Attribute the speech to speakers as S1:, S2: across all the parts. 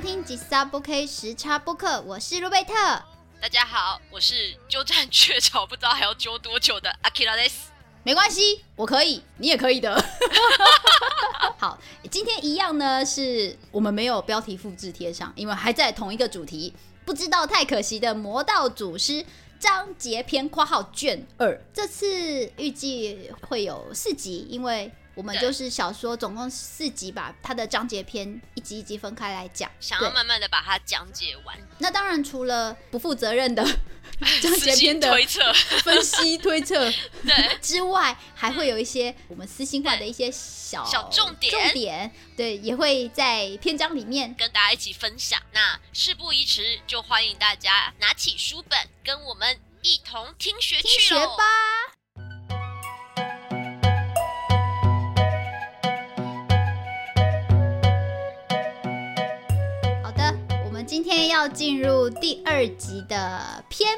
S1: 听吉萨布 K 时差播客，我是路贝特。
S2: 大家好，我是鸠占鹊巢，不知道还要揪多久的阿 k i r a
S1: 没关系，我可以，你也可以的。 好，今天一样呢，是我们没有标题复制贴上，因为还在同一个主题。不知道太可惜的《魔道祖师》章节篇（括号卷二），这次预计会有四集，因为我们
S2: 对
S1: 就是小说总共四集吧，它的章节篇一集一集分开来讲。
S2: 想
S1: 对
S2: 要慢慢的把它讲解完，
S1: 那当然，除了不负责任 的章节
S2: 私信
S1: 篇的
S2: 推 测，
S1: 分析推测
S2: 对，
S1: 之外，还会有一些我们私心化的一些小
S2: 小重点
S1: 重点对，也会在篇章里面。
S2: 跟大家一起分享。那事不宜迟，就欢迎大家拿起书本，跟我们一同听学
S1: 听
S2: 去
S1: 学
S2: 喽。
S1: 吧。好的，我们今天要进入第二集的篇。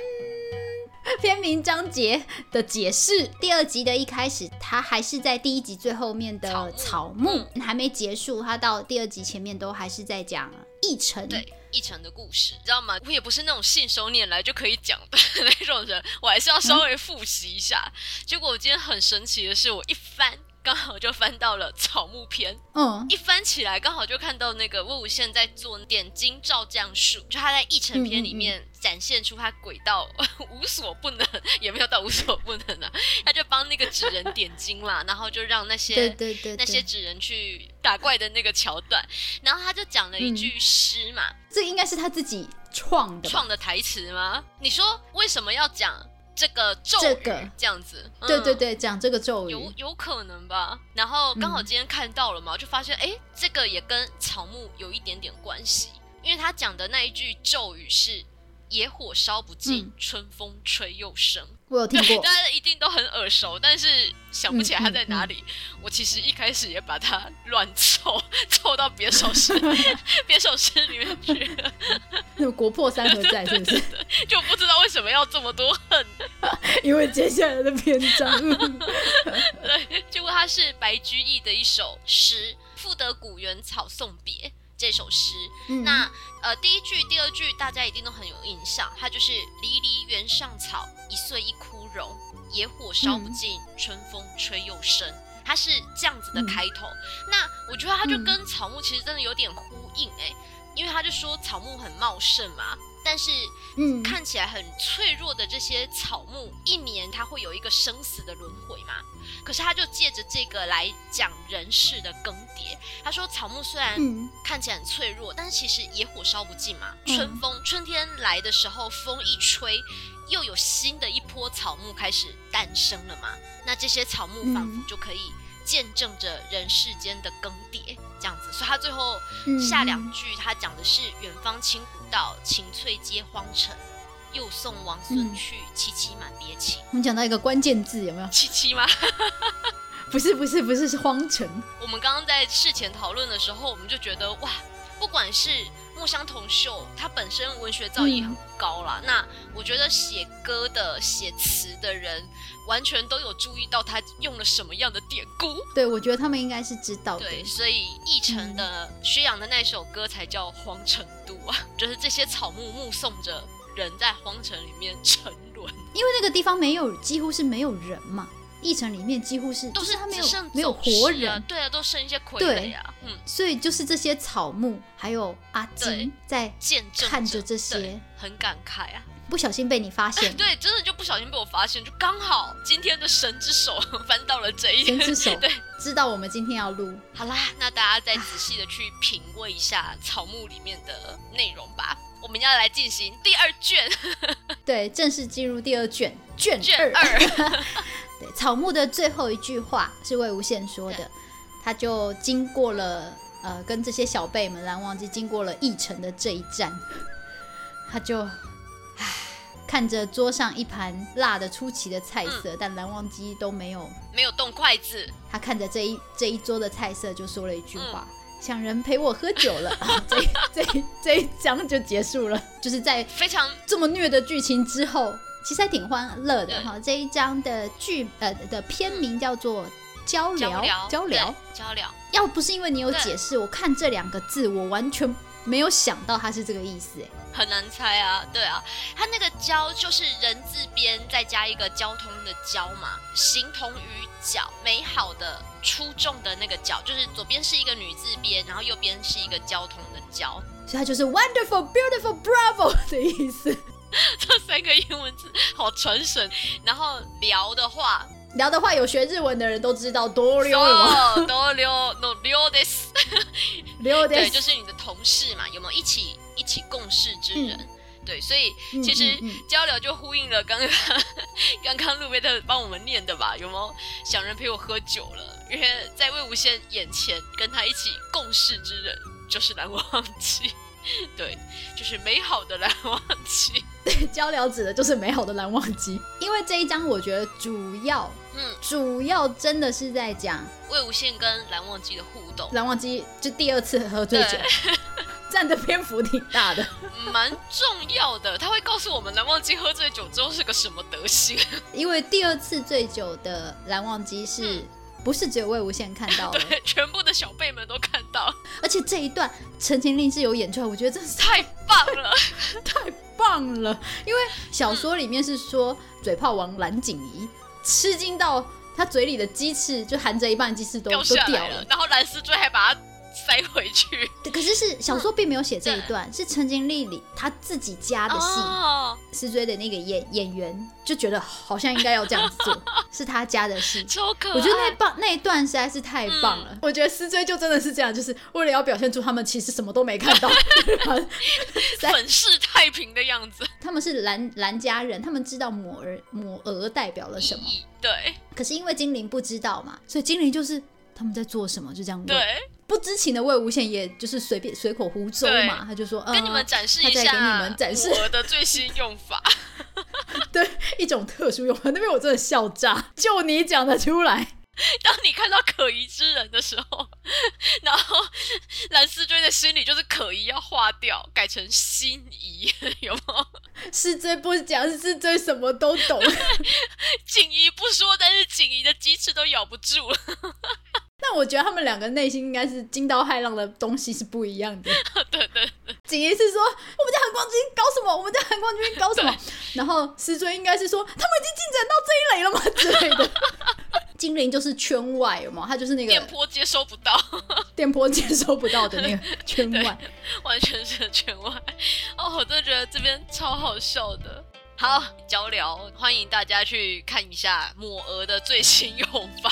S1: 篇名章节的解释，第二集的一开始，它还是在第一集最后面的草
S2: 草
S1: 木
S2: 木嗯
S1: 还没结束，它到第二集前面都还是在讲呃议程。
S2: 对，一成的故事，你知道吗？我也不是那种信手拈来就可以讲的那种人，我还是要稍微复习一下。
S1: 嗯
S2: 结果我今天很神奇的是，我一翻。刚好就翻到了草木篇，
S1: 嗯，
S2: 一翻起来刚好就看到那个魏无羡在做点睛照降术，就他在《一成篇》里面展现出他轨道 无所不能，也没有到无所不能啊，他就帮那个纸人点睛啦，然后就让那些
S1: 对对对对，
S2: 那些纸人去打怪的那个桥段，然后他就讲了一句诗嘛，
S1: 这应该是他自己创的吧，
S2: 创的台词吗？你说为什么要讲这个咒语
S1: 这个
S2: 这样子？嗯
S1: 对对。对，讲这个咒语，
S2: 有有可能吧，然后刚好
S1: 嗯
S2: 今天看到了嘛，我就发现哎，诶这个也跟草木有一点点关系，因为他讲的那一句咒语是“野火烧不尽，
S1: 嗯
S2: 春风吹又生”，
S1: 我 有听
S2: 对，
S1: 过
S2: 大，家一定都很耳熟，但是想不起来它在哪
S1: 嗯
S2: 里。我其实一开始也把它乱凑，凑到别首 诗别首诗里面去了，
S1: 那个国破三合战是不是？
S2: 就不知道为什么要这么多恨。
S1: 因为接下来的篇章，
S2: 对，结果它是白居易的一首诗《赋得古原草送别》这首诗。
S1: 嗯
S2: 那呃，第一句、第二句大家一定都很有印象，它就是“离离原上草，一岁一枯荣。野火烧不
S1: 嗯
S2: 尽，春风吹又生。”它是这样子的开头。那我觉得它就
S1: 嗯
S2: 跟草木其实真的有点呼应哎、因为他就说草木很茂盛嘛，但是
S1: 嗯
S2: 看起来很脆弱的这些草木，一年它会有一个生死的轮回嘛。可是他就借着这个来讲人世的更迭。他说草木虽然
S1: 嗯
S2: 看起来很脆弱，但是其实野火烧不尽嘛。
S1: 嗯
S2: 春风，春天来的时候，风一吹，又有新的一波草木开始诞生了嘛。那这些草木仿佛
S1: 嗯
S2: 就可以见证着人世间的更迭，这样子。所以他最后
S1: 嗯
S2: 下两句，他讲的是远方清古道，晴翠接荒城。又送王孙
S1: 嗯
S2: 去，萋萋满别情。
S1: 我们讲到一个关键字，有没有？
S2: 萋萋吗？
S1: 不是不是不是，是荒城。
S2: 我们刚刚在事前讨论的时候，我们就觉得哇，不管是木香铜秀，他本身文学造诣很高啦。
S1: 嗯
S2: 那我觉得写歌的、写词的人，完全都有注意到他用了什么样的典故。
S1: 对，我觉得他们应该是知道的。
S2: 对，所以奕晨的
S1: 嗯
S2: 薛洋的那首歌才叫《荒城渡》啊， 就是这些草木目送着人在荒城里面沉沦，
S1: 因为那个地方没有，几乎是没有人嘛。一城里面几乎是，
S2: 都
S1: 就是是他没
S2: 只
S1: 有
S2: 剩
S1: 没有
S2: 走尸
S1: 活
S2: 啊
S1: 人，，
S2: 对啊，都剩一些傀
S1: 对
S2: 儡啊，嗯，
S1: 所以就是这些草木还有阿金
S2: 对
S1: 在
S2: 见证
S1: 看着
S2: 着
S1: 这些
S2: 对很感慨啊。，
S1: 不小心被你发现
S2: 对，真的就不小心被我发现，就刚好今天的神之手 翻到了这一
S1: 神之手
S2: 对，
S1: 知道我们今天要录，
S2: 好啦，那大家再仔细的去品味一下草木里面的内容吧。我们要来进行第二卷
S1: 对，正式进入第二卷，卷
S2: 卷
S1: 二。
S2: 二，
S1: 对，草木的最后一句话是魏无羡说的
S2: 对，
S1: 他就经过了呃，跟这些小辈们蓝忘机经过了义城的这一战，他就唉看着桌上一盘辣的出奇的菜色，但蓝忘机都没有。
S2: 没有动筷子，
S1: 他看着这一这一桌的菜色，就说了一句话。想人陪我喝酒了， 啊、这一这一这一章就结束了。 就是在
S2: 非常
S1: 这么虐的剧情之后，其实还挺欢乐的
S2: 对
S1: 哈。这一章的剧呃的片名叫做《交流
S2: 交》，流
S1: 交流。
S2: 对交流。
S1: 要不是因为你有
S2: 对
S1: 解释，我看这两个字我完全没有想到他是这个意思，哎，
S2: 很难猜啊，对啊，它那个交就是人字边再加一个交通的交嘛，形同于角，美好的出众的那个角，就是左边是一个女字边，然后右边是一个交通的交，
S1: 所以他就是 wonderful, beautiful, bravo 的意思。
S2: 这三个英文字好传神。然后聊的话，
S1: 聊的话，有学日文的人都知道多溜啊嘛，
S2: so 都聊 no 聊 this，
S1: 溜的
S2: 对，就是你的同事嘛，有没有一起一起共事之人？对，所以
S1: 嗯
S2: 其实
S1: 嗯嗯
S2: 交流就呼应了刚刚 刚刚路贝特帮我们念的吧？有没有想人陪我喝酒了？因为在魏无羡眼前跟他一起共事之人就是蓝忘机， 对，就是美好的蓝忘机。
S1: 交流指的就是美好的蓝忘机。因为这一章，我觉得主要
S2: 嗯，
S1: 主要真的是在讲
S2: 魏无羡跟蓝忘机的互动
S1: 蓝忘机就第二次喝醉酒， 占的篇幅挺大的。
S2: 蛮重要的，他会告诉我们蓝忘机喝醉酒之后是个什么德行。
S1: 因为第二次醉酒的蓝忘机是、
S2: 嗯
S1: 不是只有魏无羡看 到了？
S2: 对，全部的小辈们都看到，
S1: 而且这一段陈情令是有演出来，我觉得真是
S2: 太棒了。
S1: 太棒了！因为小说里面是说嘴炮王蓝景怡吃惊到他嘴里的鸡翅就含着一半鸡翅都
S2: 掉
S1: 都
S2: 下
S1: 掉
S2: 来
S1: 了，
S2: 然后蓝思追还把它塞回 去。
S1: 对可是是小说并没有写这一段，是陈情令里他自己加的戏。
S2: 哦，
S1: 是追的那个演演员就觉得好像应该要这样子 做，是他加的戏。
S2: 超可爱。嗯
S1: 我觉得那棒那一段实在是太棒了。我觉得思追就真的是这样，就是为了要表现出他们其实什么都没看到，在
S2: 粉饰太平的样子，
S1: 他们是兰兰家人，他们知道抹儿抹儿代表了什么，
S2: 意义 对
S1: 可是因为精灵不知道嘛，所以精灵就是他们在做什么就这样问。
S2: 对，
S1: 不知情的魏无羡也就是随便随口胡诌嘛，
S2: 对
S1: 他就说，呃、
S2: 跟你们展示
S1: 他
S2: 一
S1: 再
S2: 下，
S1: 给你们展示
S2: 我的最新用法。
S1: 对一种特殊用法。那边我真的笑炸，就你讲得出来。
S2: 当你看到可疑之人的时候， 然后蓝思追的心里就是可疑要化掉，改成心仪， 有没有？
S1: 是最不讲，是最什么都 懂。
S2: 锦怡不说，但是锦怡的鸡翅都咬不住了。
S1: 但我觉得他们两个内心应该是惊涛骇浪的东西是不一样的。
S2: 对对
S1: 景怡是说我们家韩光君搞什么，我们家韩光君搞什么，然后思追应该是说他们已经进展到这一类了吗之类 的。精灵就是圈外，有吗？他就是那
S2: 电
S1: 个
S2: 波接收不到，
S1: 电波接收不到的那个圈外。
S2: 完全是圈外。哦，我真的觉得这边超好笑的。好，交流，欢迎大家去看一下抹额的最新用法。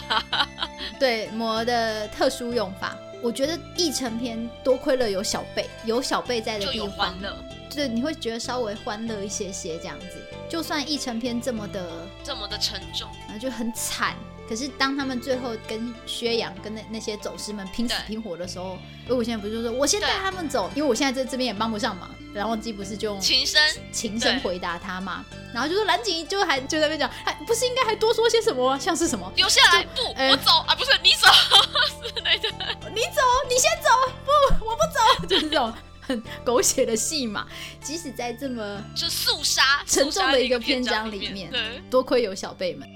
S1: 对魔的特殊用法，我觉得译成篇多亏了有小贝， 有小贝在的
S2: 就
S1: 地
S2: 有
S1: 方
S2: 欢，乐，
S1: 对，你会觉得稍微欢乐一些些这样子。就算译成篇这么的
S2: 这么的沉重，
S1: 然后就很惨。可是当他们最后跟薛洋跟那那些走师们拼死
S2: 对
S1: 拼活的时候，因为我现在不是就说我先带
S2: 对
S1: 他们走，因为我现在在这边也帮不上忙。然后基不是就用
S2: 琴声
S1: 琴声
S2: 对
S1: 回答他嘛，然后就说蓝景怡就还就在那边讲，还不是应该还多说些什么吗？像是什么
S2: 留下来，不，
S1: 哎
S2: 我走啊，不是你走 之类的。
S1: 你走，你先走，不，我不走，就是这种很狗血的戏嘛。即使在这么
S2: 就肃杀
S1: 沉重的一个篇章
S2: 章
S1: 里面
S2: 面。对，
S1: 多亏有小辈们。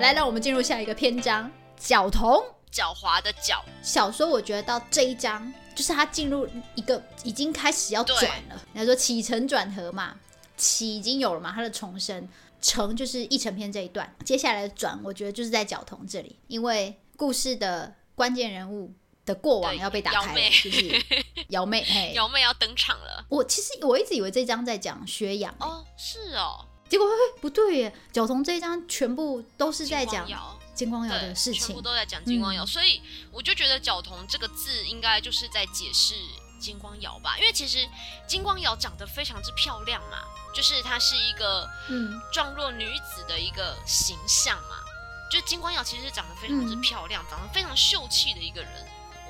S1: 来，让我们进入下一个篇章——角童。
S2: 狡猾的狡，
S1: 小说我觉得到这一章，就是他进入一个已经开始要转了。人家说起承转合嘛，起已经有了嘛，他的重生，承就是一成篇这一段，接下来的转，我觉得就是在角童这里，因为故事的关键人物的过往
S2: 对
S1: 要被打开
S2: 姚
S1: 了
S2: 妹，
S1: 就是 姚妹。嘿，
S2: 瑶妹要登场了。
S1: 我其实我一直以为这一章在讲薛洋，
S2: 哦，是哦，
S1: 结果嘿不对耶，角童这一章全部都是在讲
S2: 金光瑶
S1: 金光瑶的
S2: 对，
S1: 事
S2: 全
S1: 情
S2: 部，都在讲金光瑶，
S1: 嗯
S2: 所以我就觉得“角童”这个字应该就是在解释金光瑶吧，因为其实金光瑶长得非常之漂亮嘛，就是她是一个
S1: 嗯，
S2: 壮若女子的一个形象嘛，就金光瑶其实长得非常之
S1: 嗯
S2: 漂亮，长得非常秀气的一个人。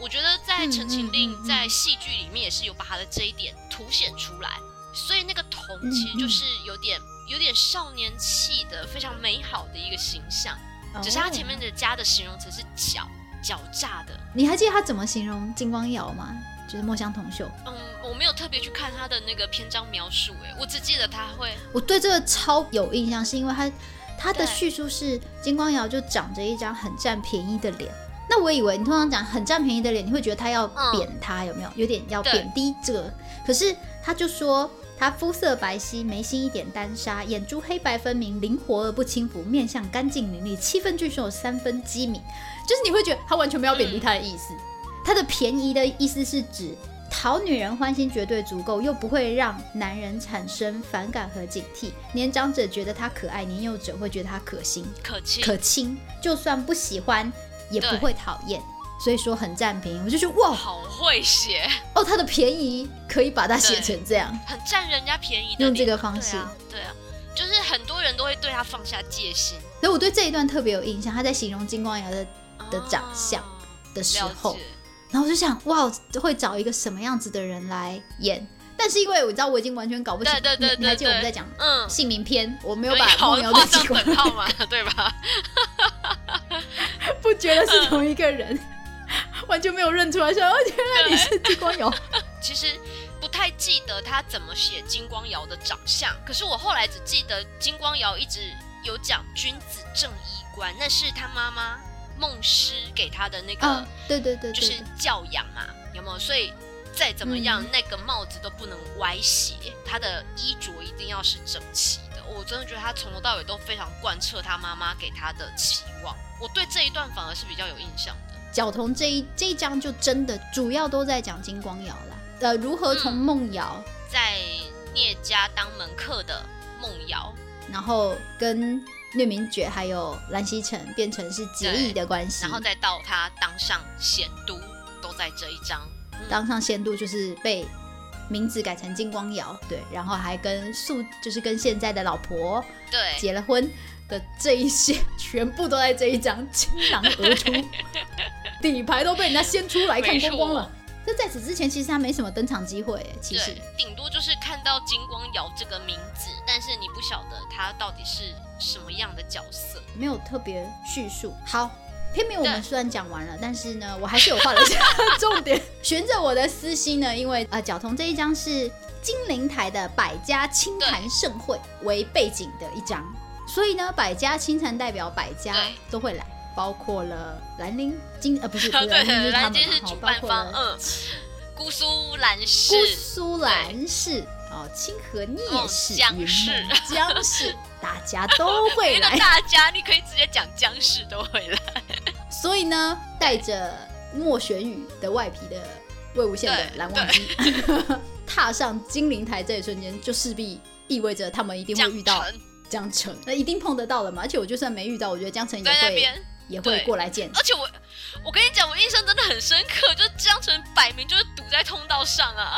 S2: 我觉得在
S1: 嗯
S2: 《陈情
S1: 嗯
S2: 令
S1: 嗯》嗯
S2: 在戏剧里面也是有把她的这一点凸显出来，所以那个
S1: 嗯
S2: 童其实就是有点有点少年
S1: 哦
S2: 气的非常美好的一个形象。只是它前面的加的形容词是“角”，狡诈的。
S1: 你还记得他怎么形容金光瑶吗？就是墨香铜臭。
S2: 嗯，我没有特别去看他的那个篇章描述，哎，我只记得他会，
S1: 我对这个超有印象，是因为他他的
S2: 对
S1: 叙述是金光瑶就长着一张很占便宜的脸。那我以为你通常讲很占便宜的脸，你会觉得他要
S2: 嗯
S1: 贬他，有没有？有点要
S2: 对
S1: 贬低这个。可是他就说他肤色白皙，眉心一点丹砂，眼珠黑白分明，灵活而不轻浮，面相干净伶俐，七分俊秀，三分机敏。就是你会觉得他完全没有贬低他的意思。他的便宜的意思是指讨女人欢心绝对足够，又不会让男人产生反感和警惕。年长者觉得他可爱，年幼者会觉得他可心
S2: 可亲，
S1: 可亲，就算不喜欢也不
S2: 对
S1: 会讨厌。所以说很占便宜，我就觉得哇
S2: 好会写，
S1: 哦，他的便宜可以把它写成这样，
S2: 很占人家便宜的脸啊，
S1: 用这个方式
S2: 对啊，对啊，就是很多人都会对他放下戒心
S1: 所以我对这一段特别有印象。他在形容金光瑶的的长相
S2: 啊
S1: 的时
S2: 了
S1: 候
S2: 解，，
S1: 然后我就想，哇，会找一个什么样子的人来演？但是因为我知道我已经完全搞不清，
S2: 对对对
S1: 你你还记得我们
S2: 对
S1: 在讲
S2: 嗯，
S1: 姓名篇，我没有
S2: 所以
S1: 把
S2: 好
S1: 梦瑶
S2: 画
S1: 跟金
S2: 上
S1: 光
S2: 等号嘛，对吧？
S1: 不觉得是同一个人，完全没有认出来，说哦，原来你是金光瑶。
S2: 其实不太记得他怎么写金光瑶的长相，可是我后来只记得金光瑶一直有讲君子正衣冠，那是他妈妈梦师给他的那
S1: 嗯
S2: 个，
S1: 对对对对，
S2: 就是
S1: 对嗯
S2: 教养嘛，有没有？所以再怎么样，那个帽子都不能歪斜，他的衣着一定要是整齐的。我真的觉得他从头到尾都非常贯彻他妈妈给他的期望，我对这一段反而是比较有印象的。
S1: 角童这一这一章就真的主要都在讲金光瑶啦，呃，如何从
S2: 嗯
S1: 梦瑶，
S2: 在聂家当门客的梦瑶，
S1: 然后跟虐明觉还有蓝曦臣变成是结义的关系，
S2: 然后再到他当上贤都，都在这一章。嗯
S1: 当上仙度就是被名字改成金光瑶，对，然后还跟素就是跟现在的老婆
S2: 对，
S1: 结了婚的这一些， 全部都在这一章倾囊而出，底牌都被人家掀出来看光光了。那在此之前，其实他没什么登场机会耶，其实
S2: 对，顶多就是看到金光瑶这个名字，但是你不晓得他到底是什么样的角色。
S1: 没有特别叙述。好，片名我们
S2: 对
S1: 虽然讲完了，但是呢，我还是有画了一下重点。循着我的私心呢，因为呃，角童这一章是金陵台的百家清谈盛会为背景的一章，所以呢，百家清谈代表百家
S2: 对
S1: 都会来。包括了兰陵金呃不是不是兰
S2: 对
S1: 陵就是他
S2: 蓝
S1: 们
S2: 鲸
S1: 嘛
S2: 是
S1: 好
S2: 主
S1: 包
S2: 办
S1: 括了
S2: 方，嗯，姑苏兰氏
S1: 姑苏兰氏哦清河聂
S2: 哦
S1: 氏
S2: 江
S1: 云
S2: 氏
S1: 门江 氏，大家都会
S2: 那
S1: 来
S2: 个。大家，你可以直接讲江氏都会来。
S1: 所以呢，带着莫玄羽的外皮的魏无羡的蓝忘机， 踏上金陵台这一瞬间，就势必意味着他们一定会
S2: 江
S1: 遇到
S2: 城
S1: 江城，那一定碰得到了嘛。而且我就算没遇到，我觉得江城也
S2: 在那
S1: 会
S2: 边，
S1: 也会
S2: 对
S1: 过来见。
S2: 而且我，我跟你讲，我印象真的很深刻，就是江城摆明就是堵在通道上 啊，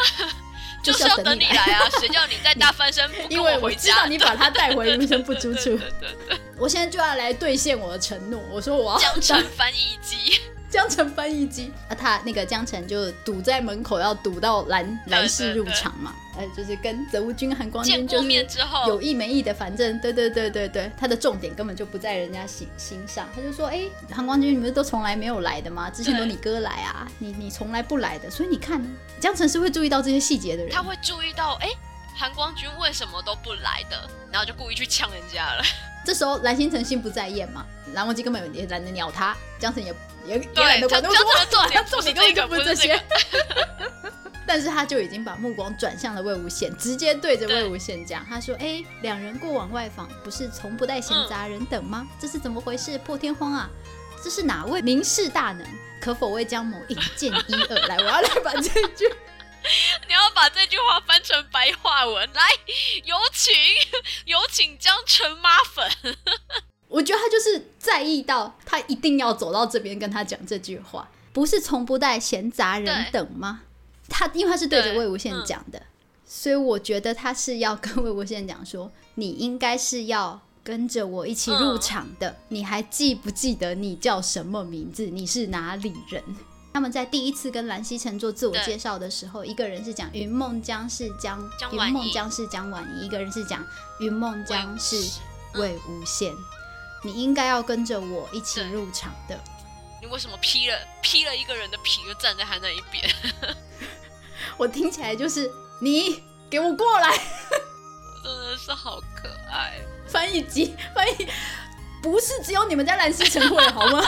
S1: 就
S2: 就是是
S1: 要
S2: 要
S1: 等
S2: 等
S1: 你
S2: 你
S1: 来
S2: 来啊，谁叫你在大翻身不跟
S1: 因为我
S2: 回
S1: 知
S2: 家？
S1: 道你把他带回云深不知处，
S2: 对对对
S1: 我现在就要来兑现我的承诺。我说我要
S2: 江城翻译 机，
S1: 江城翻译机 啊，他那个江城就堵在门口，要堵到蓝蓝氏入场嘛，呃，就是跟泽无君、韩光
S2: 见
S1: 君
S2: 过
S1: 就是
S2: 面之后，
S1: 有意没意的，反正对对对对对，他的重点根本就不在人家心心上。他就说：“哎，韩光君，你们都从来没有来的吗？之前都你哥来啊，你你从来不来的，所以你看，江城是会注意到这些细节的人。
S2: 他会注意到，哎，韩光君为什么都不来的，然后就故意去呛人家了。
S1: 这时候蓝星辰心不在焉嘛，蓝忘机根本也懒得鸟他，江城也也也懒得
S2: 对，
S1: 管
S2: 江江
S1: 那
S2: 城
S1: 么多。
S2: 的重
S1: 他
S2: 点
S1: 重
S2: 不
S1: 点
S2: 是
S1: 根本就
S2: 这个，
S1: 不
S2: 不
S1: 是
S2: 是
S1: 这
S2: 这
S1: 些
S2: 个，
S1: 但是他就已经把目光转向了魏无羡，直接对着魏无羡讲：“他说，哎，两人过往外访，不是从不带闲杂人等吗？
S2: 嗯
S1: 这是怎么回事？破天荒啊！这是哪位名士大能？可否为江某引荐一二？来，我要来把这句
S2: 你要把这句话翻成白话文来，有请有请江城妈粉。
S1: 我觉得他就是在意到他一定要走到这边跟他讲这句话，不是从不带闲杂人等吗？他因为他是对着
S2: 对
S1: 魏无羡讲的，所以我觉得他是要跟魏无羡讲说，你应该是要跟着我一起入场的。你还记不记得你叫什么名字？你是哪里人？他们在第一次跟蓝曦臣做自我介绍的时候，一个人是讲云梦江是江，
S2: 江
S1: 云
S2: 晚
S1: 梦
S2: 怡
S1: 江是江婉仪，一个人是讲云梦江是
S2: 喂
S1: 魏无羡，你应该要跟着我一起
S2: 对
S1: 入场的。
S2: 你为什么劈了劈了一个人的皮，就站在他那一边？
S1: 我听起来就是你给我过来，
S2: 真的是好可爱。
S1: 翻译机翻译，不是只有你们家蓝思成会好吗？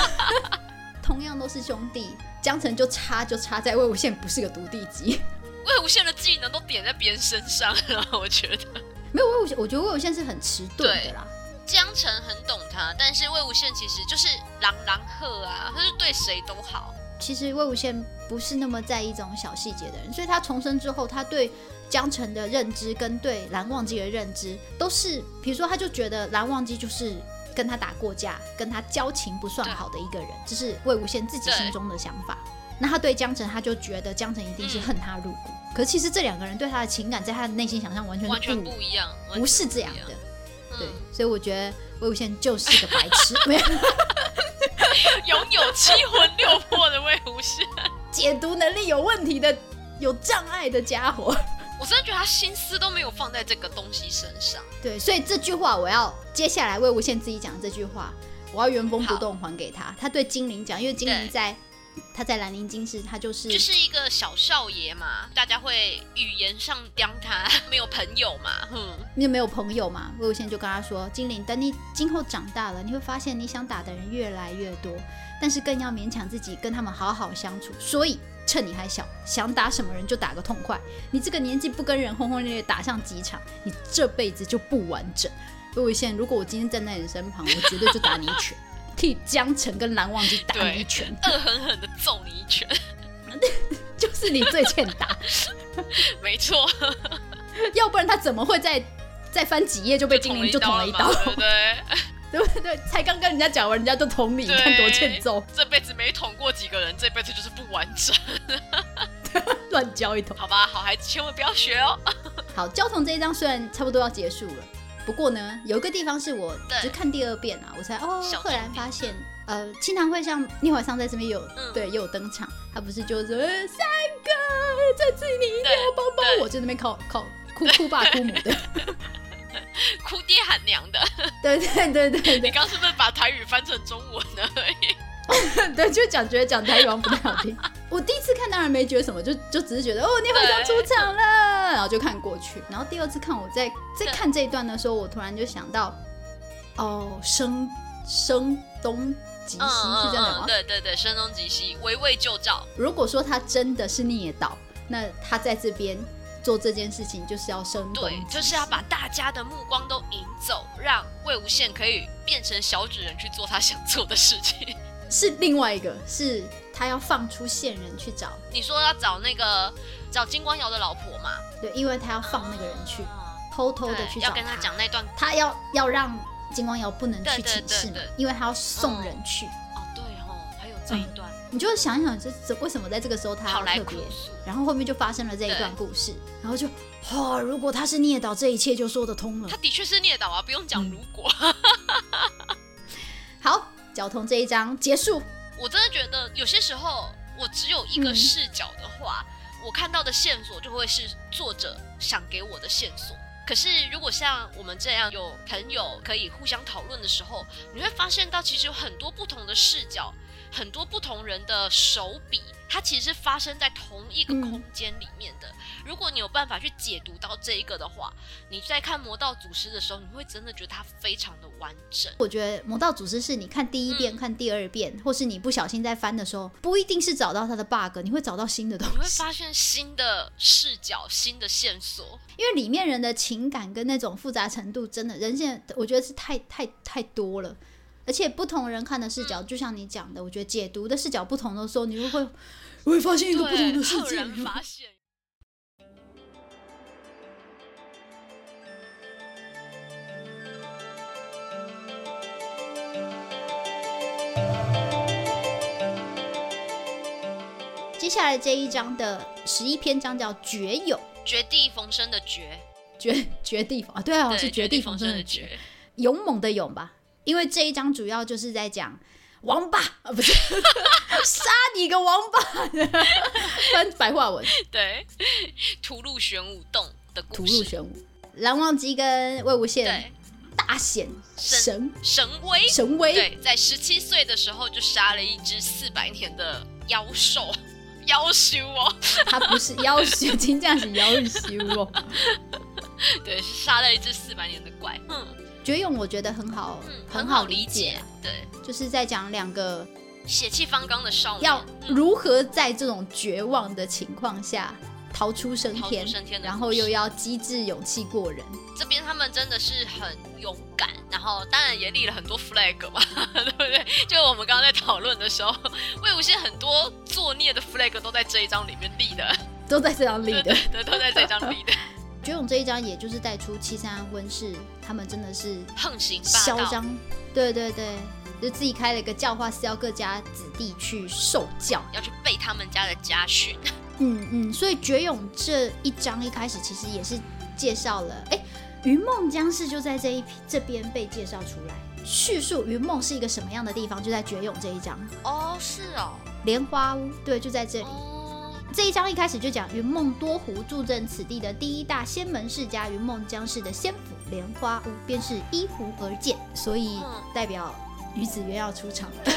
S1: 同样都是兄弟，江城就差就差在魏无羡不是个独弟鸡，
S2: 魏无羡的技能都点在别人身上了，我觉得
S1: 没有魏无羡，我觉得魏无羡是很迟钝的啦。
S2: 江城很懂他，但是魏无羡其实就是狼狼赫啊，他是对谁都好。
S1: 其实魏无羡不是那么在意这种小细节的人，所以他重生之后，他对江城的认知跟对蓝忘机的认知都是，比如说他就觉得蓝忘机就是跟他打过架，跟他交情不算好的一个人，这是魏无羡自己心中的想法。那他对江城，他就觉得江城一定是恨他入骨。可是其实这两个人对他的情感，在他的内心想象完全
S2: 完全不一样，完全
S1: 不是这样
S2: 一
S1: 的
S2: 样。。
S1: 对
S2: 嗯，
S1: 所以我觉得魏无羡就是个白痴， 没有
S2: 拥有七魂六魄的魏无羡，
S1: 解读能力有问题的、有障碍的家伙。
S2: 我真的觉得他心思都没有放在这个东西身上。
S1: 对，所以这句话我要接下来魏无羡自己讲这句话，我要原封不动还给他。他对精灵讲，因为精灵
S2: 对
S1: 在他在兰陵金氏，他就是
S2: 就是一个小少爷嘛，大家会语言上刁他， 没有朋友嘛，嗯，
S1: 因为没有朋友嘛。魏无羡就跟他说，精灵，等你今后长大了，你会发现你想打的人越来越多，但是更要勉强自己跟他们好好相处。所以趁你还小，想打什么人就打个痛快。你这个年纪不跟人轰轰烈烈打上几场，你这辈子就不完整。魏无羡，如果我今天站在你身旁，我绝对就打你一 拳，替江城跟蓝忘机打你一拳，
S2: 恶狠狠的揍你一拳，
S1: 就是你最欠打，
S2: 没错，
S1: 要不然他怎么会在再翻几页 就被精灵就捅了一刀
S2: 嘛？对不对？
S1: 对不对？才刚跟人家讲完，人家就捅你，你
S2: 对
S1: 看多欠揍，
S2: 这辈子没捅过几个人，这辈子就是不完整，
S1: 乱教一通。
S2: 好吧？好孩子千万不要学哦。
S1: 好，交通这一章虽然差不多要结束了，不过呢，有一个地方是我
S2: 对
S1: 只看第二遍啊，我才哦，
S2: 小
S1: 赫然
S2: 重点
S1: 发现，呃，清堂会像聂怀桑在这边有、
S2: 嗯
S1: 对也有登场，他不是就说、呃、三哥，这次你一定要帮帮
S2: 对
S1: 我，就那边靠靠哭哭爸哭母 的，
S2: 哭爹喊娘的，
S1: 对对对 对
S2: 你
S1: 对
S2: 刚是不是把台语翻成中文呢？
S1: 对，就讲觉得讲 台语好像不太好听。我第一次看当然没觉得什么，就就只是觉得哦，聂怀桑出场了，然后就看过去。然后第二次看我在在
S2: 对
S1: 看这一段的时候，我突然就想到，哦，声声东击西
S2: 嗯
S1: 是
S2: 嗯
S1: 这样讲
S2: 嗯，
S1: 吗？
S2: 对对对，声东击西，围魏救赵，
S1: 如果说他真的是聂导，那他在这边做这件事情就是要声东
S2: 对
S1: 击，西，
S2: 就是要把大家的目光都引走，让魏无羡可以变成小纸人去做他想做的事情。
S1: 是另外一个，是他要放出线人去找，
S2: 你说要找那个找金光瑶的老婆嘛？
S1: 对，因为他要放那个人去，
S2: 嗯
S1: 偷偷的
S2: 对
S1: 去找
S2: 要跟他讲那段。
S1: 他要要让金光瑶不能去
S2: 对对
S1: 请示嘛
S2: 对对，
S1: 因为他要送人去。
S2: 哦，对哦，还有这一段，
S1: 你就想一想这这为什么在这个时候嗯他
S2: 好
S1: 要
S2: 来
S1: 特
S2: 哭
S1: 别，
S2: 诉。
S1: 然后后面就发生了这一段故事，然后就哇、如果他是聂导，这一切就说得通了
S2: 他。的确是聂导啊，不用讲如果。
S1: 好，交通这一章结束，
S2: 我真的觉得有些时候，我只有一个
S1: 嗯
S2: 视角的话，我看到的线索就会是作者想给我的线索。可是如果像我们这样有朋友可以互相讨论的时候，你会发现到其实有很多不同的视角，很多不同人的手笔，它其实是发生在同一个
S1: 嗯
S2: 空间里面的。如果你有办法去解读到这一个的话，你在看《魔道祖师》的时候，你会真的觉得它非常的完整。
S1: 我觉得《魔道祖师》是你看第一遍、看第二遍，或是你不小心在翻的时候，不一定是找到他的 bug，你会找到新的东
S2: 你会
S1: 西，
S2: 发现新的视角、新的线索。
S1: 因为里面人的情感跟那种复杂程度，真的人现在我觉得是太太太多了。而且不同人看的视角，就像你讲的，我觉得解读的视角不同的时候，你就会会发现一个不同的世
S2: 赫
S1: 界。
S2: 然发现。
S1: 接下来这一章的十一篇章叫“绝友
S2: 绝地逢生的绝，”，
S1: 绝绝地逢啊，对啊，
S2: 对，
S1: 是
S2: 绝
S1: 绝地
S2: 逢
S1: 逢生
S2: 的
S1: 的绝，，勇猛的勇吧？因为这一章主要就是在讲王 八啊，不是 杀你个王 八，翻白话文，
S2: 对， 屠戮玄武洞的
S1: 吐
S2: 故
S1: 露
S2: 事，
S1: 玄武。蓝忘机跟魏无羡
S2: 对，
S1: 大大显神
S2: 神威，
S1: 神威，
S2: 对，在十七岁的时候就杀了一只四百年的妖兽， 妖修哦，
S1: 他不是妖修，金匠是妖修哦。
S2: 对，是杀了一只四百年的怪，嗯
S1: 绝 勇我觉得很好，
S2: 嗯，
S1: 很
S2: 好
S1: 理
S2: 解
S1: 啊，，
S2: 对，
S1: 就是在讲两个
S2: 血气方刚的少年
S1: 要
S2: 嗯
S1: 如何在这种绝望的情况下逃出升
S2: 逃
S1: 天
S2: 出，升天的故事，
S1: 然后又要机智勇气过人。
S2: 这边他们真的是很勇敢，然后当然也立了很多 flag 嘛， 对不对？就我们刚刚在讨论的时候，魏无羡很多作孽的 flag 都在这一章里面立的，
S1: 都在这张立
S2: 对
S1: 的
S2: 对。 对，都在这一章 立的，
S1: 绝勇这一章也就是带出七三婚事，他们真的是
S2: 横行霸
S1: 嚣
S2: 道，
S1: 张，对对对，就自己开了一个教化，是要各家子弟去受教。
S2: 要去背他们家的家训，
S1: 嗯嗯，所以绝勇这一章一开始其实也是介绍了，哎，云梦江氏就在这一这边被介绍出来，叙述云梦是一个什么样的地方，就在绝勇这一章，
S2: 哦，是哦，
S1: 莲花屋，对，就在这里。
S2: 哦，
S1: 这一章一开始就讲云梦多湖助阵此地的第一大仙门世家云梦江氏的仙府莲花屋，便是依湖而建，所以
S2: 嗯
S1: 代表于子渊要出场。
S2: 对，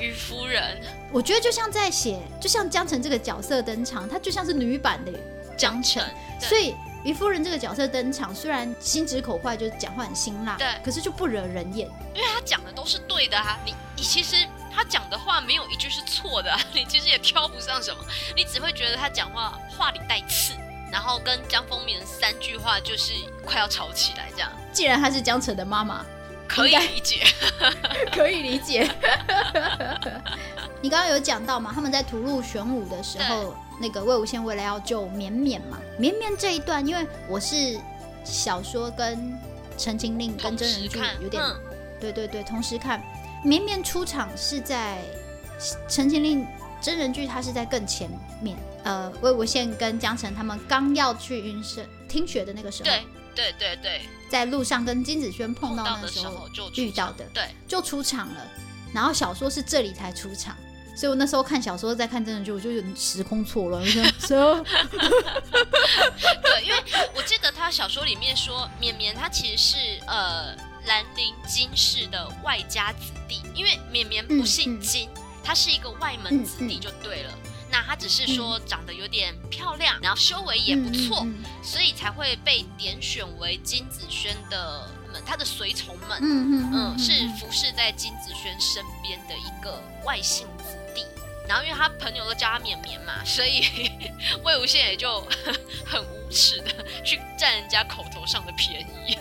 S2: 于夫人，
S1: 我觉得就像在写，就像江澄这个角色登场，她就像是女版的江澄，
S2: 对
S1: 所以于夫人这个角色登场，虽然心直口快，就是讲话很辛辣，
S2: 对
S1: 可是就不惹人厌。
S2: 因为他讲的都是对的啊，你你其实他讲的话没有一句是错的、啊， 你其实也挑不上什么，你只会觉得他讲话话里带刺，然后跟江风眠三句话就是快要吵起来这样，
S1: 既然她是江澄的妈妈，
S2: 可以
S1: 应该
S2: 理解。
S1: 可以理解。你刚刚有讲到嘛，他们在屠戮玄武的时候，那个魏无羡为了要救绵绵嘛，绵绵这一段，因为我是小说跟《陈情令》跟
S2: 同
S1: 真
S2: 时
S1: 人剧
S2: 看，
S1: 有点、
S2: 嗯，
S1: 对对对，同时看绵绵出场是在《陈情令》真人剧，它是在更前面。呃，魏无羡跟江澄他们刚要去云深听雪的那个时候，
S2: 对对对对，
S1: 在路上跟金子轩碰
S2: 碰
S1: 到
S2: 到
S1: 那
S2: 的
S1: 时
S2: 时
S1: 候
S2: 候就出
S1: 遇到
S2: 场
S1: 的，
S2: 对，
S1: 就出场了。然后小说是这里才出场，所以我那时候看小说在看真人剧，我就有点时空错乱，我就说
S2: 对，因为我记得他小说里面说，绵绵他其实是呃兰陵金氏的外家子弟，因为绵绵不
S1: 嗯
S2: 姓金，他是一个外门子弟就对了。那他只是说长得有点漂亮，然后修为 也不错，
S1: 嗯
S2: 所以才会被点选为金子轩的们，他的随从
S1: 嗯
S2: 们，
S1: 嗯
S2: 嗯，
S1: 嗯，
S2: 是服侍在金子轩身边的一个外姓子弟。然后因为他朋友都叫他绵绵嘛，所以 魏无羡也就很无耻的去占人家口头上的便宜。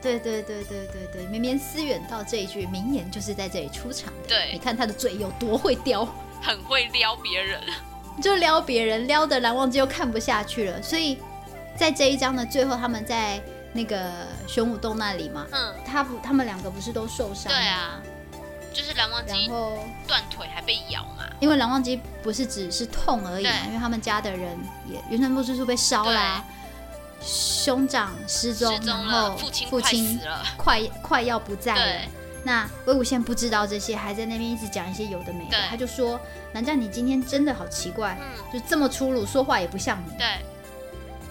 S1: 对对对对对对，绵绵思远到这一句名言就是在这里出场的。你
S2: 对，
S1: 看他的嘴有多会叼，
S2: 很会撩别人。
S1: 就撩别人，撩的蓝忘机又看不下去了，所以在这一章的最后，他们在那个玄武洞那里嘛，
S2: 嗯，
S1: 他不，他们两个不是都受伤？
S2: 对。啊，就是蓝忘
S1: 然
S2: 机
S1: 后，
S2: 断腿还被咬嘛。
S1: 因为蓝忘机不是只是痛而已嘛，
S2: 对
S1: 因为他们家的人也云山部之处被烧啦、兄长失踪，
S2: 失踪
S1: 然
S2: 了，
S1: 后
S2: 父亲
S1: 父
S2: 快
S1: 亲
S2: 死了。
S1: 快快要不在了
S2: 对。，
S1: 那魏无羡不知道这些，还在那边一直讲一些有的没的
S2: 对。
S1: 他就说：“南将，你今天真的好奇怪，
S2: 嗯，
S1: 就这么粗鲁，说话也不像你。”
S2: 对，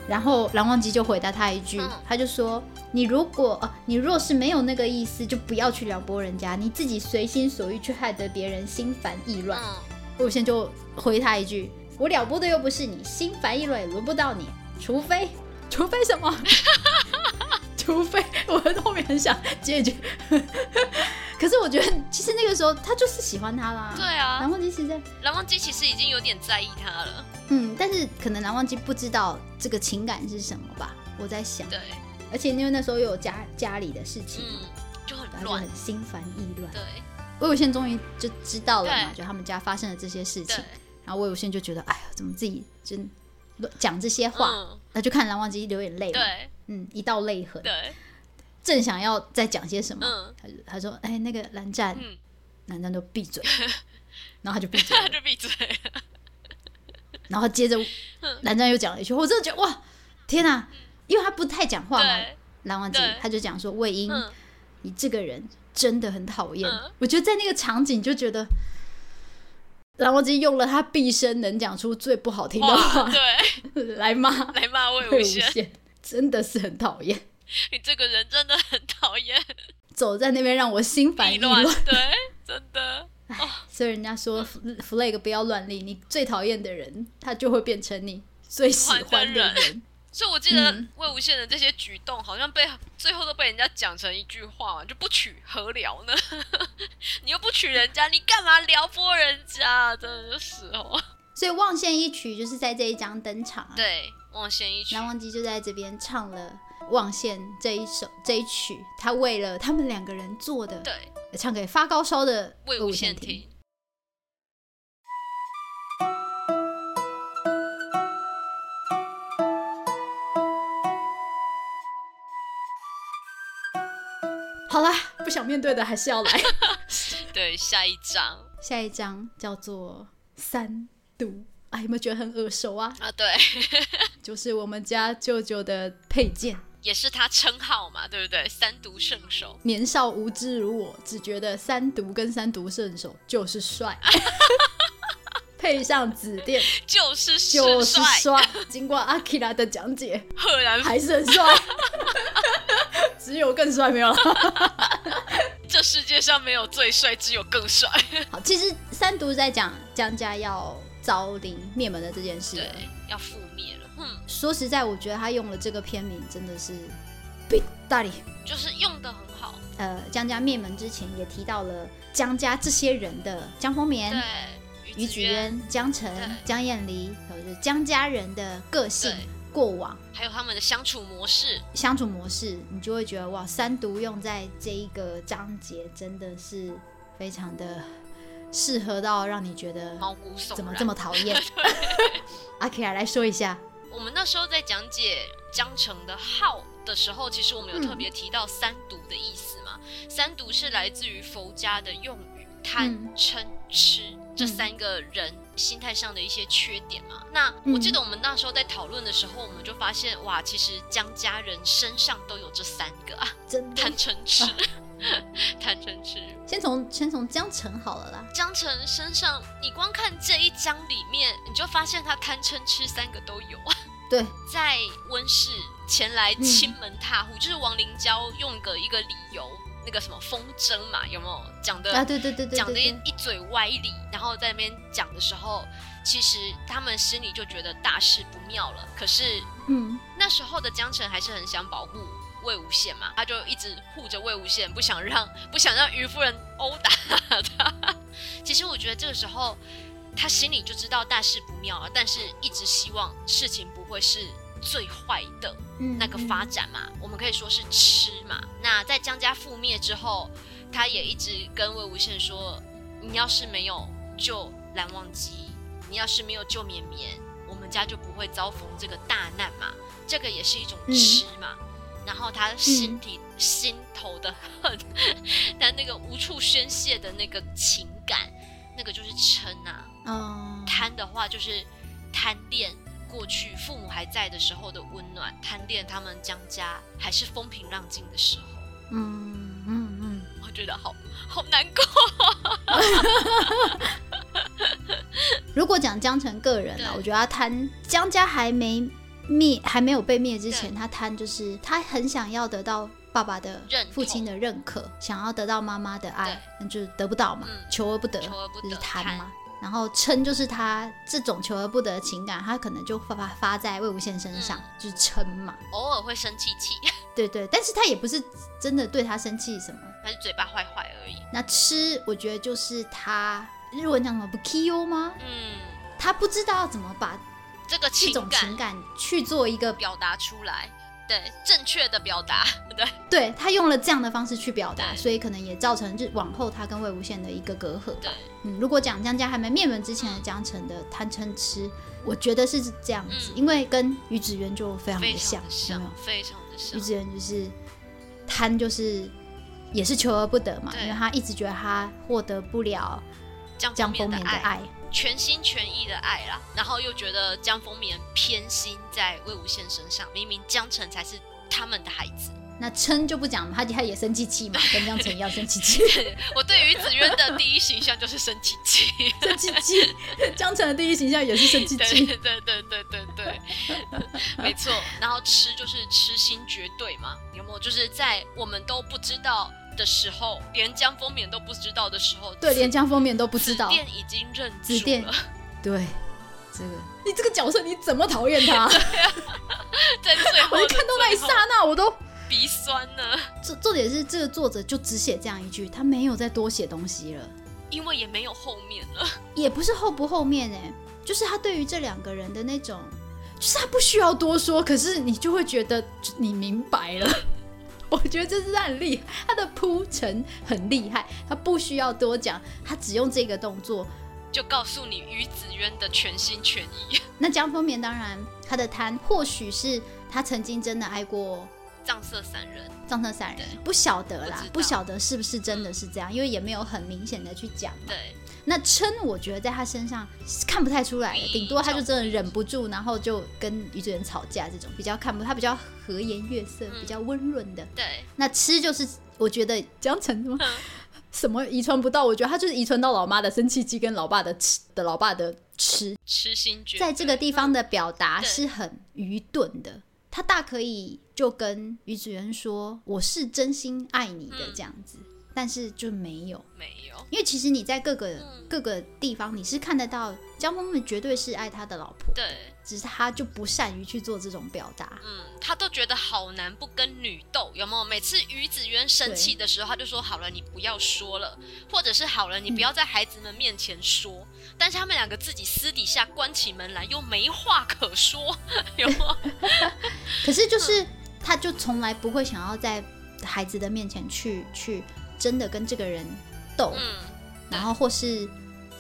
S1: 然后蓝忘机就回答他一句，
S2: 嗯
S1: 他就说：“你如果、呃、你若是没有那个意思，就不要去撩拨人家，你自己随心所欲，却害得别人心烦意乱。
S2: 嗯，
S1: 魏无羡就回他一句：“我撩拨的又不是你，心烦意乱也轮不到你，除非 除非什 么？除非我后面很想接一句， 可是我觉得其实那个时候他就是喜欢他啦。
S2: 对啊
S1: 蓝，忘机实在
S2: 蓝忘机其实已经有点在意他了。
S1: 嗯，但是可能蓝忘机不知道这个情感是什么吧，我在想。”
S2: 对，
S1: 而且因为那时候又有家家里的事情，
S2: 嗯，就
S1: 他
S2: 很
S1: 就
S2: 乱
S1: 很。心烦意乱。
S2: 对
S1: 魏无羡终于就知道了嘛，
S2: 对
S1: 就他们家发生了这些事情
S2: 对，，
S1: 然后魏无羡就觉得，哎呀，怎么自己真乱讲这些话？
S2: 嗯，
S1: 那、就看蓝忘机流眼泪嘛，
S2: 对
S1: 嗯，一道泪痕，
S2: 对，
S1: 正想要再讲些什么，
S2: 嗯
S1: 他就他说，哎，那个蓝湛，
S2: 嗯，
S1: 蓝湛就闭 嘴，然后他就闭嘴了
S2: 他， 就闭嘴了。
S1: 然后接着
S2: 嗯
S1: 蓝湛又讲了一句，我真的觉得哇，天哪、因为他不太讲话嘛，
S2: 对，
S1: 蓝忘机
S2: 对
S1: 他就讲说魏婴。
S2: 嗯，
S1: 你这个人真的很讨厌。
S2: 嗯
S1: 我觉得在那个场景就觉得，蓝忘机用了他毕生能讲出最不好听的
S2: 哇，
S1: 话
S2: 对，
S1: 来骂
S2: 来骂魏
S1: 魏
S2: 无
S1: 无
S2: 羡，
S1: 羡，真的是很讨厌。
S2: 你这个人真的很讨厌。
S1: 走在那边让我心烦
S2: 意
S1: 意
S2: 乱
S1: 乱。，
S2: 对，真的，
S1: 所以人家说 fl- flag 不要乱立，你最讨厌的人，他就会变成你最喜欢的
S2: 喜欢的
S1: 人。
S2: 所以我记得
S1: 嗯
S2: 魏无羡的这些举动，好像被最后都被人家讲成一句话嘛，就不娶何聊呢？ 你又不娶人家，你干嘛撩拨人家？真的就是哦，
S1: 所以《望线一曲》就是在这一章登场啊。
S2: 对，望仙一曲
S1: 蓝忘机就在这边唱了《望线》这一首这一曲，他为了他们两个人做的，
S2: 对，
S1: 唱给发高烧的
S2: 魏无
S1: 无
S2: 羡
S1: 羡
S2: 听。
S1: 听。好啦，不想面对的还是要来。
S2: 对，下一章
S1: 下一章叫做三毒。啊，有没有觉得很耳熟啊？
S2: 啊，对，
S1: 就是我们家舅舅的佩剑，
S2: 也是他称号嘛，对不对？三毒圣手，
S1: 年少无知如我，只觉得三毒跟三毒圣手就是帅，配上紫电
S2: 就是
S1: 就是是
S2: 帅，
S1: 帅。经过阿 k 拉的讲解，
S2: 赫然
S1: 还是很帅，只有更帅没有了。
S2: 这世界上没有最帅，只有更帅。
S1: 好，其实三毒在讲江家要遭临灭门的这件事了，
S2: 对，要覆灭了。嗯，
S1: 说实在，我觉得他用了这个片名真的是比大理。
S2: 就是用的很好。
S1: 呃，江家灭门之前也提到了江家这些人的江丰棉、
S2: 对，
S1: 于
S2: 子
S1: 举渊、江澄
S2: 对、
S1: 江燕离，还有就是江家人的个性
S2: 对、
S1: 过往、
S2: 还有他们的相处模式，
S1: 相处模式，你就会觉得哇，三毒用在这一个章节真的是非常的适合到让你觉得
S2: 毛骨悚然。
S1: 怎么这么讨 厌。 阿 K 来说一下，
S2: 我们那时候在讲解江城的号的时候，其实我们有特
S1: 嗯
S2: 别提到三毒的意思嘛。三毒是来自于佛家的用语，贪、
S1: 嗯
S2: 嗔、痴这三个人心态上的一些缺点嘛。那
S1: 嗯
S2: 我记得我们那时候在讨论的时候，我们就发现哇，其实江家人身上都有这三个啊，
S1: 真的
S2: 贪、嗔、痴，嗯 贪、嗔、痴。
S1: 先从先从江澄好了啦，
S2: 江城身上，你光看这一章里面，你就发现他贪嗔痴三个都有。
S1: 对，
S2: 在温室前来亲门踏户，就是王灵娇用个一个理由，那个什么风筝嘛，有没有讲的？
S1: 啊，对对对对
S2: 讲
S1: 对
S2: 的一
S1: 对，
S2: 一嘴歪理，然后在那边讲的时候，其实他们心里就觉得大事不妙了。可是
S1: 嗯，
S2: 那时候的江澄还是很想保护魏无羡嘛，他就一直护着魏无羡，不想让 不想让于夫人殴打他。 其实我觉得这个时候他心里就知道大事不妙了，但是一直希望事情不会是最坏的
S1: 嗯
S2: 那个发展嘛，我们可以说是吃嘛。那在江家覆灭之后，他也一直跟魏无羡说：“你要是没有救蓝忘机，你要是没有救绵绵，我们家就不会遭逢这个大难嘛。”这个也是一种
S1: 嗯
S2: 吃嘛。然后他心底、心头的恨， 他那个无处宣泄的那个情感，那个就是嗔啊。
S1: 嗯，
S2: 贪的话就是贪恋过去父母还在的时候的温暖，贪恋他们江家还是风平浪静的时候，
S1: 嗯嗯嗯，
S2: 我觉得好好难过。
S1: 如果讲江城个人啊，
S2: 对
S1: 我觉得他贪江家还没灭，还没有被灭之前，
S2: 对
S1: 他贪就是他很想要得到爸爸的
S2: 认同
S1: 父亲的认可，想要得到妈妈的爱，那就得不到嘛，
S2: 嗯
S1: 求而不得，
S2: 求而不
S1: 呃就
S2: 得
S1: 是贪嘛。然后嗔就是他这种求而不得的情感，他可能就发发发在魏无羡身上，
S2: 嗯
S1: 就是嗔嘛。
S2: 偶尔会生气气，
S1: 对对，但是他也不是真的对他生气什么。
S2: 还是嘴巴坏坏而已。
S1: 那吃，我觉得就是他日文讲什么不 k u 吗？
S2: 嗯，
S1: 他不知道怎么把
S2: 这个
S1: 这
S2: 情
S1: 种
S2: 感
S1: 情感去做一个
S2: 表达出来，对，正确的表达， 对，
S1: 对他用了这样的方式去表达，
S2: 对
S1: 所以可能也造成日往后他跟魏无羡的一个隔阂吧
S2: 对。
S1: 嗯，如果讲江家还没灭门之前的江城的贪嗔痴，我觉得是这样子，
S2: 嗯
S1: 因为跟于子渊就非常
S2: 非
S1: 的
S2: 常
S1: 像
S2: 的，
S1: 有没有
S2: 像，？非常的
S1: 于
S2: 像，
S1: 子渊就是贪，就是也是求而不得嘛，
S2: 对
S1: 因为他一直觉得他获得不了
S2: 江
S1: 江
S2: 绵
S1: 丰棉的
S2: 爱，
S1: 爱，
S2: 全心全意的爱啦，然后又觉得江丰棉偏心在魏无羡身上，明明江城才是他们的孩子。
S1: 那嗔就不讲，他他也生气气 嘛，跟江城一样生气气。
S2: 我对于子渊的第一形象就是生气气，
S1: 生气气，江城的第一形象也是生气
S2: 对
S1: 气。
S2: 对对对对对 对，没错。然后吃就是痴心绝对嘛，有没有？就是在我们都不知道的时候，连江风眠都不知道的时候，
S1: 对，连江封面都不知道
S2: 紫。电已经认
S1: 紫
S2: 主
S1: 电
S2: 了，
S1: 对，这个你这个角色你怎么讨厌他？
S2: 在最后
S1: 我
S2: 的
S1: 一看到那一
S2: 最后
S1: 刹那，我都
S2: 鼻酸呢，
S1: 重重点是这个作者就只写这样一句，他没有再多写东西了，
S2: 因为也没有后面了。
S1: 也不是后不后面哎、就是他对于这两个人的那种，就是他不需要多说，可是你就会觉得就你明白了。 我觉得这是他很厉害，他的铺陈很厉害，他不需要多讲，他只用这个动作。
S2: 就告诉你于子渊的全心全意。
S1: 那江风眠当然他的贪或许是他曾经真的爱过
S2: 藏色散人，
S1: 藏特散人
S2: 对，
S1: 不晓得啦
S2: 不知，道嗯
S1: 不晓得是不是真的是这样，因为也没有很明显的去讲嘛。
S2: 对，
S1: 那嗔，我觉得在他身上是看不太出来的，
S2: 嗯
S1: 顶多他就真的忍不住，然后就跟宇智人吵架这种，比较看不，他比较和颜悦色，
S2: 嗯
S1: 比较温润的。
S2: 对，
S1: 那吃就是我觉得江澄什么
S2: 嗯
S1: 什么遗传不到，我觉得他就是遗传到老妈的生气机跟老爸的吃的老爸的吃，
S2: 痴心绝对
S1: 在这个地方的表达
S2: 嗯对
S1: 是很愚钝的，他大可以就跟宇智源说我是真心爱你的
S2: 嗯
S1: 这样子，但是就没有，
S2: 没有，
S1: 因为其实你在各个、
S2: 嗯
S1: 各个地方你是看得到江峰们绝对是爱他的老婆，
S2: 对，
S1: 只是他就不善于去做这种表达。
S2: 嗯，他都觉得好难不跟女斗，有没有？每次于子渊生气的时候，他就说好了，你不要说了，或者是好了，你不要在孩子们面前说。但是他们两个自己私底下关起门来又没话可说，有没有？
S1: 可是就是、
S2: 嗯
S1: 他就从来不会想要在孩子的面前去去真的跟这个人斗，
S2: 嗯，
S1: 然后或是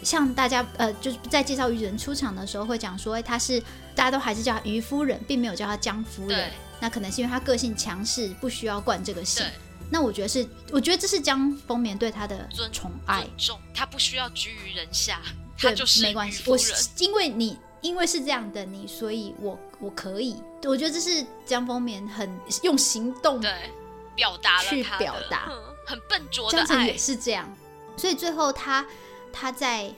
S1: 像大家呃，就是在介绍渔人出场的时候会讲说，哎，他是大家都还是叫他渔夫人，并没有叫他江夫人
S2: 对。
S1: 那可能是因为他个性强势，不需要冠这个姓
S2: 对。，
S1: 那我觉得是，我觉得这是江丰棉对他的
S2: 尊
S1: 宠爱，
S2: 尊重他不需要居于人下，他
S1: 对，
S2: 就是
S1: 没关系
S2: 渔。夫
S1: 我
S2: 人
S1: 是因为你，因为是这样的你，所以我我可以。我觉得这是江丰棉很用行动
S2: 对，表达了
S1: 去
S2: 他的
S1: 表达
S2: 嗯很笨拙的
S1: 江澄
S2: 爱
S1: 也，是这样，所以最后他他在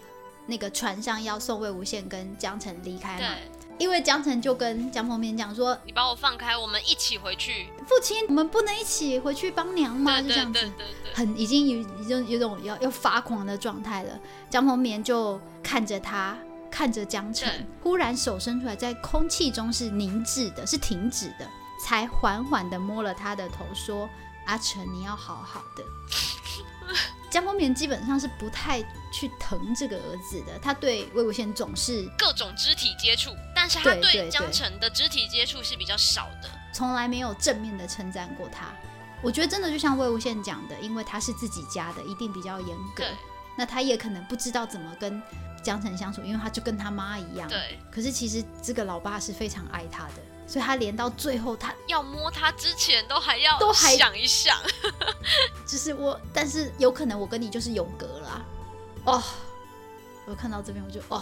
S1: 那个船上要送魏无羡跟江澄离开嘛，
S2: 对
S1: 因为江澄就跟江丰面讲说
S2: 你把我放开，我们一起回去。：“
S1: 父亲，我们不能一起回去帮娘吗？”
S2: 对
S1: 就
S2: 对
S1: 这样
S2: 对
S1: 子
S2: 对，对，
S1: 很已经有已经有种要要发狂的状态了。江丰棉就看着他。看着江澄
S2: 对，
S1: 忽然手伸出来，在空气中是凝滞的，是停止的，才缓缓的摸了他的头，说：“阿成，你要好好的。江丰棉基本上是不太去疼这个儿子的，他对魏无羡总是
S2: 各种肢体接触，但是他
S1: 对对
S2: 对
S1: 对
S2: 江澄的肢体接触是比较少的。
S1: 从来没有正面的称赞过他。我觉得真的就像魏无羡讲的，因为他是自己家的，一定比较严格
S2: 对。
S1: 那他也可能不知道怎么跟江澄相处，因为他就跟他妈一样。
S2: 对，
S1: 可是其实这个老爸是非常爱他的，所以他连到最后他
S2: 要摸他之前都还要
S1: 都还
S2: 想一想。
S1: 就是我，但是有可能我跟你就是有隔了啊、哦，我看到这边我就哦，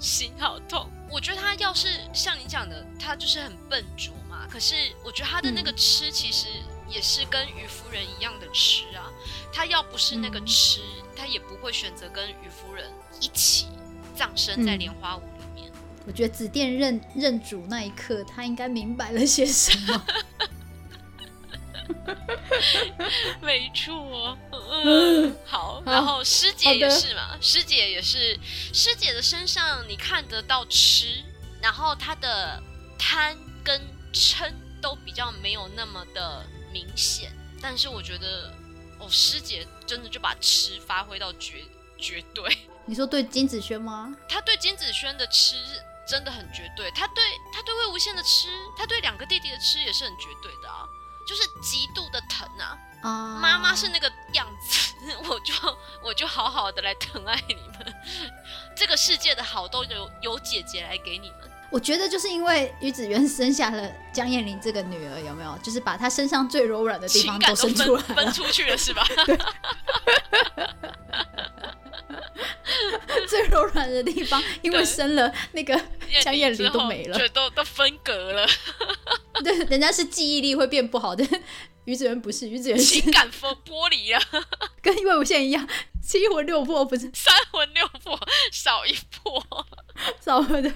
S2: 心好痛。我觉得他要是像你讲的，他就是很笨拙嘛。可是我觉得他的
S1: 嗯
S2: 那个吃其实也是跟渔夫人一样的吃啊。他要不是那个
S1: 嗯
S2: 吃，他也不会选择跟渔夫人一起葬身在
S1: 嗯
S2: 莲花坞里面。
S1: 我觉得紫电认认主那一刻，他应该明白了些什 么。
S2: 没错，哦嗯，好。然后师姐也
S1: 好的
S2: 是嘛，师姐也是，师姐的身上你看得到吃，然后她的贪跟嗔都比较没有那么的明显，但是我觉得，哦，师姐真的就把吃发挥到绝绝对。
S1: 你说对金子轩吗？
S2: 他对金子轩的吃真的很绝对，他对他对魏无羡的吃，他对两个弟弟的吃也是很绝对的啊，就是极度的疼啊。
S1: 啊、
S2: 妈妈是那个样子， 我就我就好好的来疼爱你们。这个世界的好都由由姐姐来给你们。
S1: 我觉得就是因为于子源生下了江燕玲这个女儿，有没有？就是把她身上最柔软的地
S2: 情
S1: 方
S2: 感都
S1: 生
S2: 分
S1: 出来
S2: 分
S1: 了，
S2: 出去了 是吧？
S1: 最柔软的地 方，因为
S2: 对
S1: 生了那个江燕
S2: 之
S1: 玲
S2: 后
S1: 都没了
S2: 就。都都分隔 了，
S1: 对，人家是记忆力会变不好的， 于子源不是，于子源是
S2: 情感分剥离了，
S1: 跟魏无羡一样，七魂六魄不是
S2: 三魂六魄少一魄。
S1: 少了的。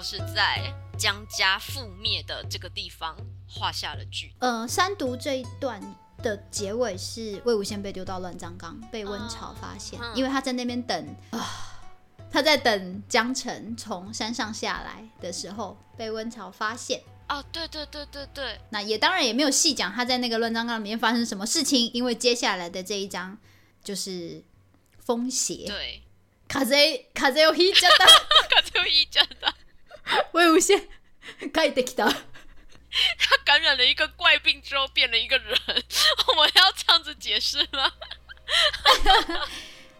S2: 是在江家覆灭的这个地方画下了句。
S1: 呃，山读这一段的结尾是魏无羡被丢到乱葬岗，被温晁发现，
S2: 嗯
S1: 因为他在那边等啊，他在等江澄从山上下来的时候被温晁发现。
S2: 哦，对对对对对，
S1: 那也当然也没有细讲他在那个乱葬岗里面发生什么事情，因为接下来的这一章就是风邪。
S2: 对，
S1: 卡贼卡贼有一家的
S2: 他就一真的，
S1: 魏无羡帰ってきた。
S2: 他 感染了一个怪病之后变了一个人， 我们要这样子解释吗？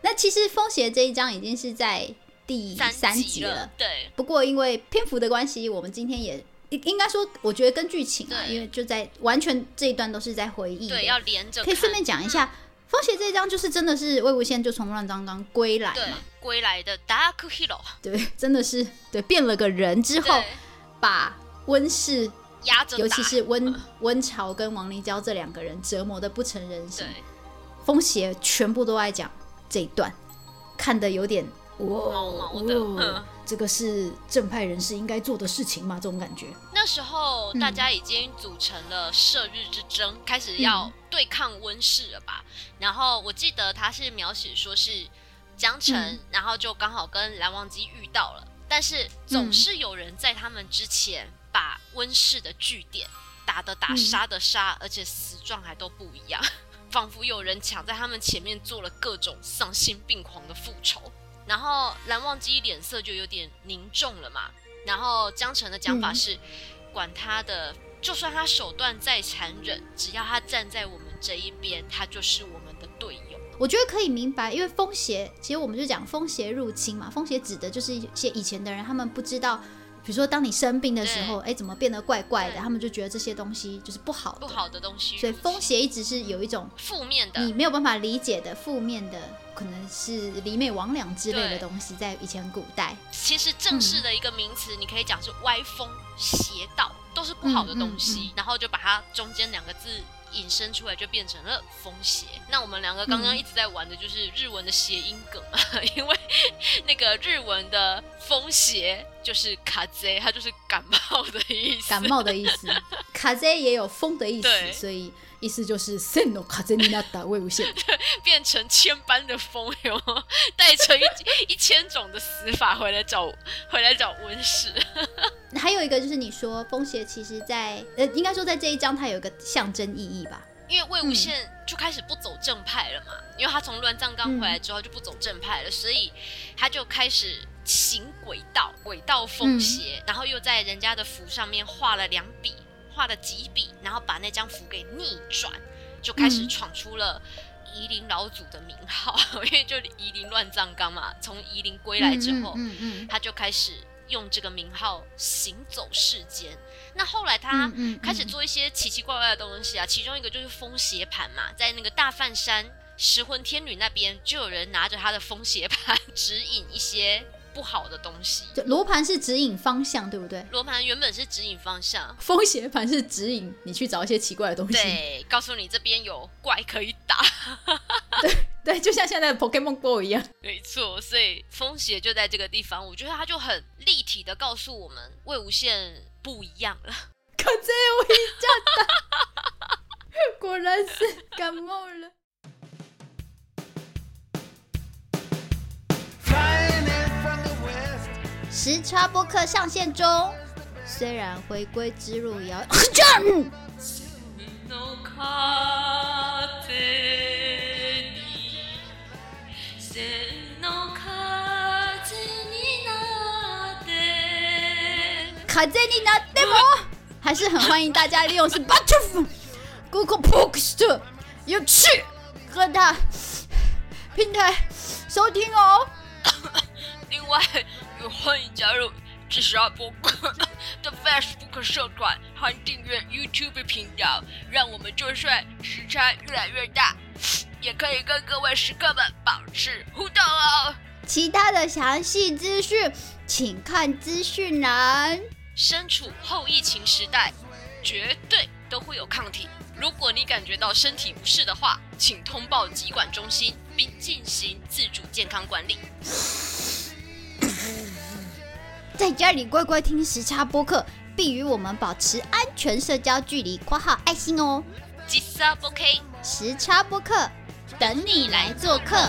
S1: 那其实风邪这一章已经是在第三集
S2: 集
S1: 了。
S2: 了，对，
S1: 不过因为篇幅的关系，我们今天也应应该说，我觉得跟剧情啊，
S2: 对
S1: 因为就在完全这一段都是在回忆的，
S2: 对，要连着
S1: 可以
S2: 看，
S1: 顺便讲一下，风邪这一章就是真的是魏无羡就从乱葬岗归来
S2: 对
S1: 嘛，
S2: 归来的 Dark Hero
S1: 对，真的是对变了个人之后，
S2: 对
S1: 把温氏，
S2: 压着打，
S1: 尤其是温温峤跟王灵娇这两个人折磨的不成人形，
S2: 对，
S1: 风邪全部都在讲这一段，看的有点哇
S2: 毛毛的
S1: 哇
S2: 嗯
S1: 这个是正派人士应该做的事情吗？这种感觉。
S2: 那时候
S1: 嗯
S2: 大家已经组成了射日之争，开始要对抗温室了吧？然后我记得他是描写说是江城，
S1: 嗯
S2: 然后就刚好跟蓝忘机遇到了，但是
S1: 嗯
S2: 总是有人在他们之前把温室的据点打的打，
S1: 嗯
S2: 杀的杀，而且死状还都不一样，仿佛有人抢在他们前面做了各种丧心病狂的复仇。然后蓝忘机脸色就有点凝重了嘛。然后江澄的
S1: 嗯
S2: 讲法是，管他的，就算他手段再残忍，只要他站在我们这一边，他就是我们的队友。
S1: 我觉得可以明白，因为风邪，其实我们就讲风邪入侵嘛，风邪指的就是一些以前的人，他们不知道，比如说当你生病的时候，哎，怎么变得怪怪的，
S2: 对
S1: 他们就觉得这些东西就是不好的，
S2: 不好的东西入侵，
S1: 所以风嗯邪一直是有一种
S2: 负面
S1: 你
S2: 的，
S1: 没有办法理解的负面的，可能是魑魅魍魉之类的
S2: 对
S1: 东西，在以前古代，
S2: 其实正
S1: 嗯
S2: 式的一个名词，你可以讲是歪风、邪道，都是不好的东西。
S1: 嗯嗯
S2: 然后就把它中间两个字引申出来，就变成了风邪。那我们两个刚刚
S1: 嗯
S2: 一直在玩的就是日文的谐音梗啊， 因为那个日文的风邪就是卡贼，它就是感冒的意思。
S1: 感冒的意思，卡泽也有风的意思，
S2: 对
S1: 所以意思就是线の風になった魏无羡。
S2: 变成千般的风流，带着一一千种的死法回来找回来找温室。
S1: 还有一个就是你说风邪，其实在呃，应该说在这一章它有一个象征意义吧。
S2: 因为魏无羡
S1: 嗯
S2: 就开始不走正派了嘛，因为他从乱葬岗回来之后就不走正派了，所以他就开始行轨道，轨道风
S1: 嗯
S2: 邪，然后又在人家的符上面画了两笔，画了几笔，然后把那张符给逆转，就开始
S1: 嗯
S2: 闯出了。夷陵老祖的名号， 因为就夷陵乱葬岗嘛，从夷陵归来之后，
S1: 嗯嗯
S2: 他就开始用这个名号行走世间。那后来他
S1: 嗯
S2: 开始做一些奇奇怪怪的东西啊，其中一个就是风邪盘嘛，在那个大梵山石魂天女那边，就有人拿着他的风邪盘 指引一些不好的东西。
S1: 就罗盘是指引方向，对不对？
S2: 罗盘原本是指引方向，
S1: 风邪盘是指引你去找一些奇怪的东西。
S2: 对，告诉你这边有怪可以打，
S1: 对，就像现在的 Pokemon Go 一样。
S2: 没错，所以风邪就在这个地方，我觉得他就很立体的告诉我们魏无羡不一样了。
S1: 可这我一下打， 果然是感冒了。
S3: Flying in from the west.
S1: 时差播客上线中，虽然回归之路遥。
S2: の風に千の風になって
S1: 卡在你拿 demo，还是很欢迎大家利用是 Butterf Google p o d c a s 有趣各大平台收听哦。
S2: 另外，也欢迎加入知识阿伯克的 Facebook 社团和订阅 YouTube 频道，让我们就算时差越来越大，也可以跟各位食客们保持互动哦。
S1: 其他的详细资讯，请看资讯栏。
S2: 身处后疫情时代，绝对都会有抗体。如果你感觉到身体不适的话，请通报疾管中心，并进行自主健康管理。
S1: 在家里乖乖听时差播客，必与我们保持安全社交距离（括号爱心哦
S2: 吉萨 OK，）。
S1: 时差播客，等你来做客。